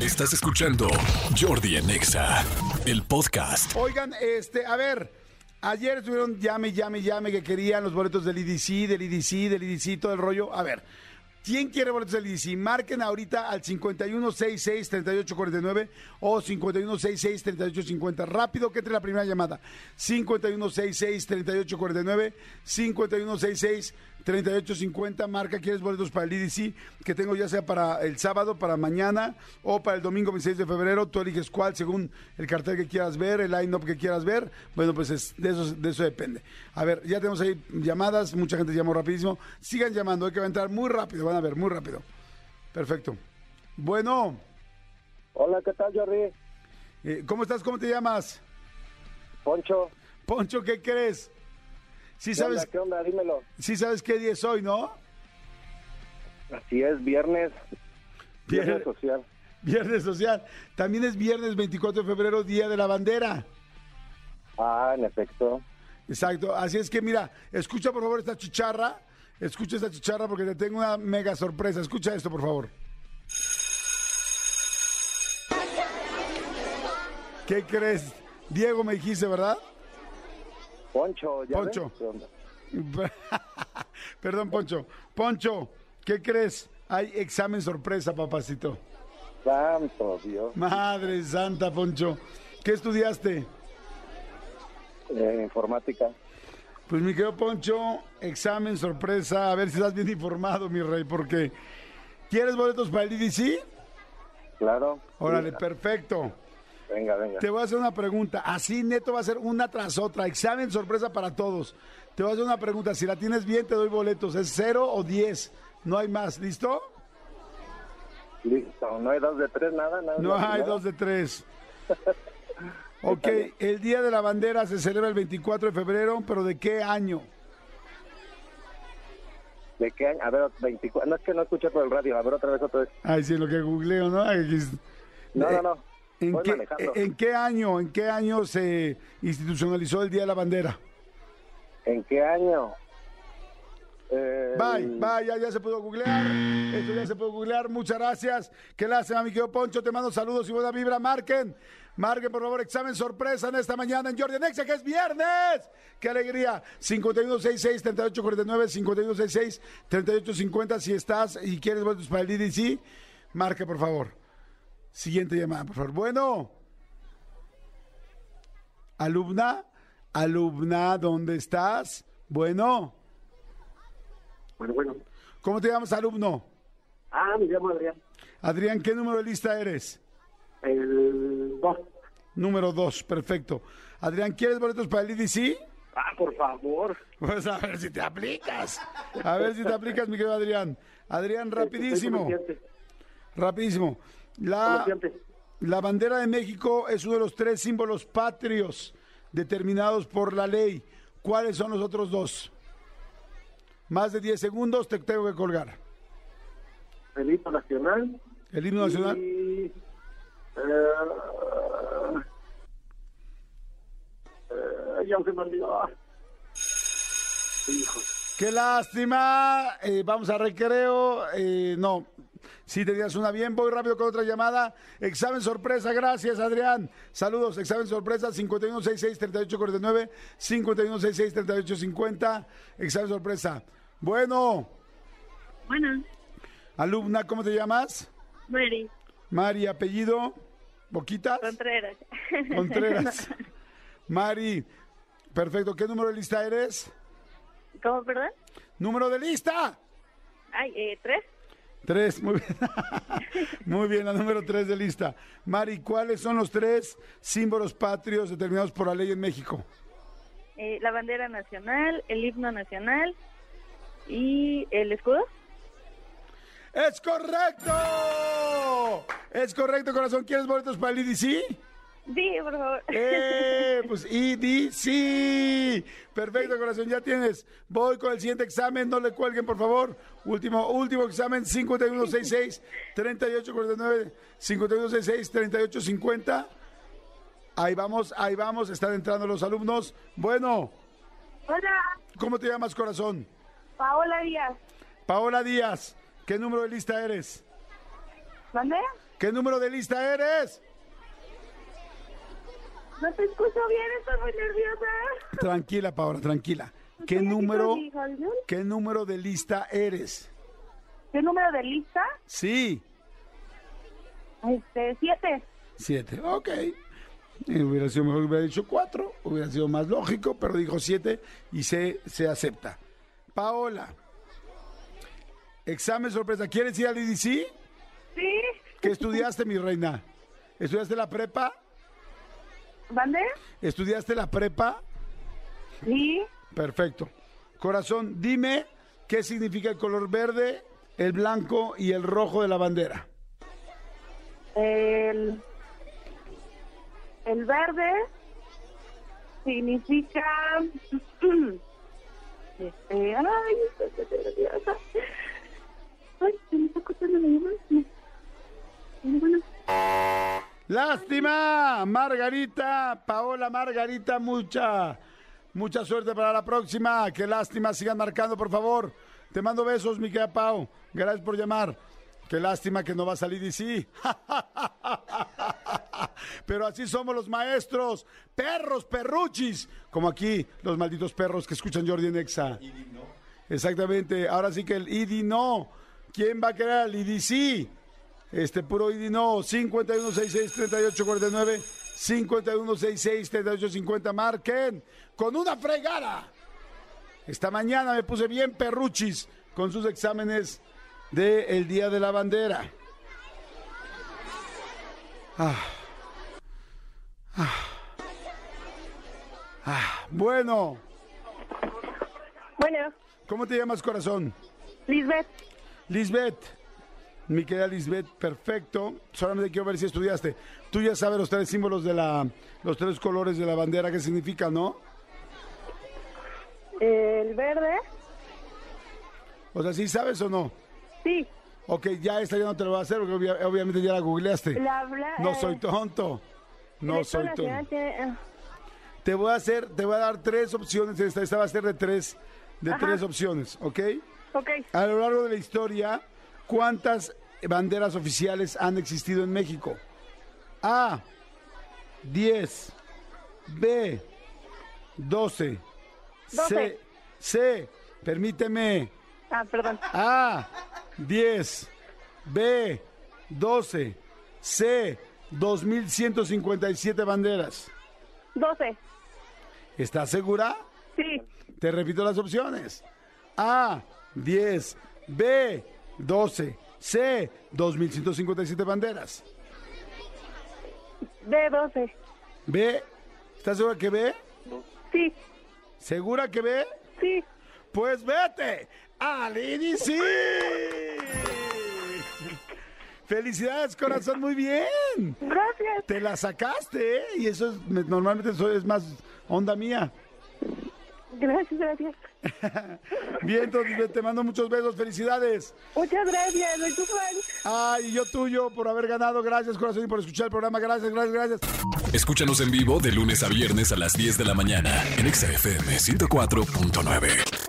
Estás escuchando Jordi en Exa, el podcast. Oigan, este, a ver, ayer estuvieron llame, llame, llame que querían los boletos del IDC, del IDC, del IDC, todo el rollo. A ver, ¿quién quiere boletos del IDC? Marquen ahorita al 5166-3849 o 5166-3850. Rápido que entre la primera llamada. 5166-3849, 5166-3850. Marca, ¿quieres boletos para el IDC? Que tengo ya sea para el sábado, para mañana o para el domingo 26 de febrero. Tú eliges cuál según el cartel que quieras ver, el line-up que quieras ver. Bueno, pues es- de, eso, de eso depende. A ver, ya tenemos ahí llamadas. Mucha gente llamó rapidísimo. Sigan llamando, hay que entrar muy rápido. Van a ver, muy rápido. Perfecto. Bueno, Hola, ¿qué tal, Jordi? eh, ¿cómo estás? ¿Cómo te llamas? Poncho. Poncho, ¿qué crees? Sí ¿Qué sabes, onda? ¿Qué onda? Dímelo. sí sabes qué día es hoy, ¿no? Así es, viernes. Viernes social. Viernes social. También es viernes 24 de febrero, Día de la Bandera. Ah, en efecto. Exacto. Así es que mira, escucha por favor esta chicharra. Escucha esta chicharra porque te tengo una mega sorpresa. Escucha esto, por favor. ¿Qué crees? Diego me dijiste, ¿verdad? Poncho, ¿ya Poncho. ves? ¿Qué onda? Perdón, Poncho. Poncho, ¿qué crees? Hay examen sorpresa, papacito. Santo Dios. Madre santa, Poncho. ¿Qué estudiaste? Eh, informática. Pues mi querido Poncho, examen sorpresa, a ver si estás bien informado, mi rey, porque ¿quieres boletos para el DDC? Claro. Órale, Sí. perfecto. Venga, venga. Te voy a hacer una pregunta, así neto va a ser una tras otra, examen sorpresa para todos. Te voy a hacer una pregunta, si la tienes bien te doy boletos, es 0 o 10, no hay más, ¿listo? Listo. No hay dos de tres, nada, nada. No nada, hay nada. dos de tres. Ok, el Día de la Bandera se celebra el 24 de febrero, pero ¿de qué año? ¿De qué año? A ver, 24. No es que no escuché por el radio. A ver, otra vez, otra vez. Ay, sí, lo que googleo, ¿no? Ay, es- No, Eh, no, no. ¿En Voy qué, eh, manejando. en qué año, en qué año se institucionalizó el Día de la Bandera? ¿En qué año? Eh, Bye, bye, ya, ya se pudo googlear. Esto ya se pudo googlear. Muchas gracias. Qué lástima, mi querido Poncho. Te mando saludos y buena vibra. Marquen, marquen, por favor, examen sorpresa en esta mañana en Jordi Nexa, que es viernes. ¡Qué alegría! 5166-3849, 5166-3850. Si estás y quieres boletos para el DDC, marque, por favor. Siguiente llamada, por favor. Bueno. Alumna, alumna, ¿dónde estás? Bueno. Bueno, bueno. ¿Cómo te llamas, alumno? Ah, me llamo Adrián. Adrián, ¿qué número de lista eres? El 2. Número 2, perfecto. Adrián, ¿quieres boletos para el IDC? Ah, por favor. Pues a ver si te aplicas. A ver si te aplicas, mi querido Adrián. Adrián, rapidísimo. Soy comerciante, Rapidísimo. La, comerciante. la bandera de México es uno de los tres símbolos patrios determinados por la ley. ¿Cuáles son los otros dos? Más de 10 segundos, te tengo que colgar. El himno nacional. El himno nacional. Y, eh, eh, ya se me olvidó. Hijo. Qué lástima. eh, vamos a recreo. eh, no. Si tenías una bien, voy rápido con otra llamada. Examen sorpresa, gracias Adrián. Saludos, examen sorpresa 5166-3849, 5166-3850. Examen sorpresa. Bueno, Bueno, alumna, ¿cómo te llamas? Mary Mari, apellido. Boquitas. Contreras. Contreras. Mari, perfecto. ¿Qué número de lista eres? ¿Cómo, perdón? Número de lista. Ay, eh, ¿tres? Tres, muy bien. muy bien, la número tres de lista. Mari, ¿cuáles son los tres símbolos patrios determinados por la ley en México? Eh, la bandera nacional, el himno nacional y el escudo. ¡Es correcto! ¡Es correcto, corazón! ¿Quieres boletos para el IDC? Sí, por favor. ¡Eh! Pues IDC. Perfecto, corazón, ya tienes. Voy con el siguiente examen, no le cuelguen, por favor. Último, último examen, 5166-3849, 5166-3850. Ahí vamos, ahí vamos, están entrando los alumnos. Bueno, Hola, ¿cómo te llamas, corazón? Paola Díaz. Paola Díaz, ¿qué número de lista eres? ¿Bandera? ¿Qué número de lista eres? No te escucho bien, estoy muy nerviosa. Tranquila, Paola, tranquila. ¿Qué Estoy aquí número, con mi Hollywood. ¿Qué número de lista eres? ¿Qué número de lista? Sí, Este, siete. siete. Ok. Eh, hubiera sido mejor que hubiera dicho cuatro, hubiera sido más lógico, pero dijo siete y se, se acepta. Paola, examen sorpresa. ¿Quieres ir al IDC? ¿Sí? ¿Qué estudiaste, mi reina? ¿Estudiaste la prepa? ¿Mande? ¿Estudiaste la prepa? Sí. Perfecto. Corazón, dime qué significa el color verde, el blanco y el rojo de la bandera. El, el verde significa... Este, ay, estoy muy nerviosa. Ay, se me está cortando la llamada. Bueno, Lástima, Margarita, Paola, Margarita, mucha, mucha suerte para la próxima. Qué lástima, sigan marcando, por favor. Te mando besos, mi querida Pau. Gracias por llamar. Qué lástima que no va a salir y sí. Pero así somos los maestros, perros, perruchis, como aquí los malditos perros que escuchan Jordi en Exa. Exactamente, ahora sí que el ID no. ¿Quién va a crear el ID sí? Este puro ID no, 5166-3849, 5166-3850, marquen con una fregada. Esta mañana me puse bien perruchis con sus exámenes del el Día de la Bandera. Ah. Ah. Ah. Bueno, bueno ¿cómo te llamas corazón? Lisbeth, Lisbeth, mi querida Lisbeth, perfecto. Solamente quiero ver si estudiaste. Tú ya sabes los tres símbolos de la, los tres colores de la bandera, qué significa, ¿no? el verde, O sea, ¿sí sabes o no? sí, Ok, ya esta ya no te lo voy a hacer porque obvia- obviamente ya la googleaste. La bla- no eh, soy tonto. No Elección soy nacional tonto. tiene- ah, Te voy a hacer, te voy a dar tres opciones. Esta, esta va a ser de tres, de tres opciones, ¿ok? Ok, A lo largo de la historia, ¿cuántas banderas oficiales han existido en México? A, 10, B, 12, C, Doce. C, permíteme, ah, perdón. A, 10, B, 12, C, 2157 banderas. 12. ¿Estás segura? Sí. Te repito las opciones. A, 10. B, 12. C, 2157 banderas. B12. B, ¿estás segura que B? Sí. ¿Segura que B? Sí. Pues vete al IDC. Felicidades, corazón, muy bien. Gracias. Te la sacaste, ¿eh? Y eso es- me- normalmente soy, es más onda mía. Gracias, gracias. Bien, entonces te mando muchos besos, felicidades. Muchas gracias. Soy tu fan. Ay, yo tuyo por haber ganado. Gracias, corazón, y por escuchar el programa. Gracias, gracias, gracias. Escúchanos en vivo de lunes a viernes a las 10 de la mañana en Exa FM 104.9.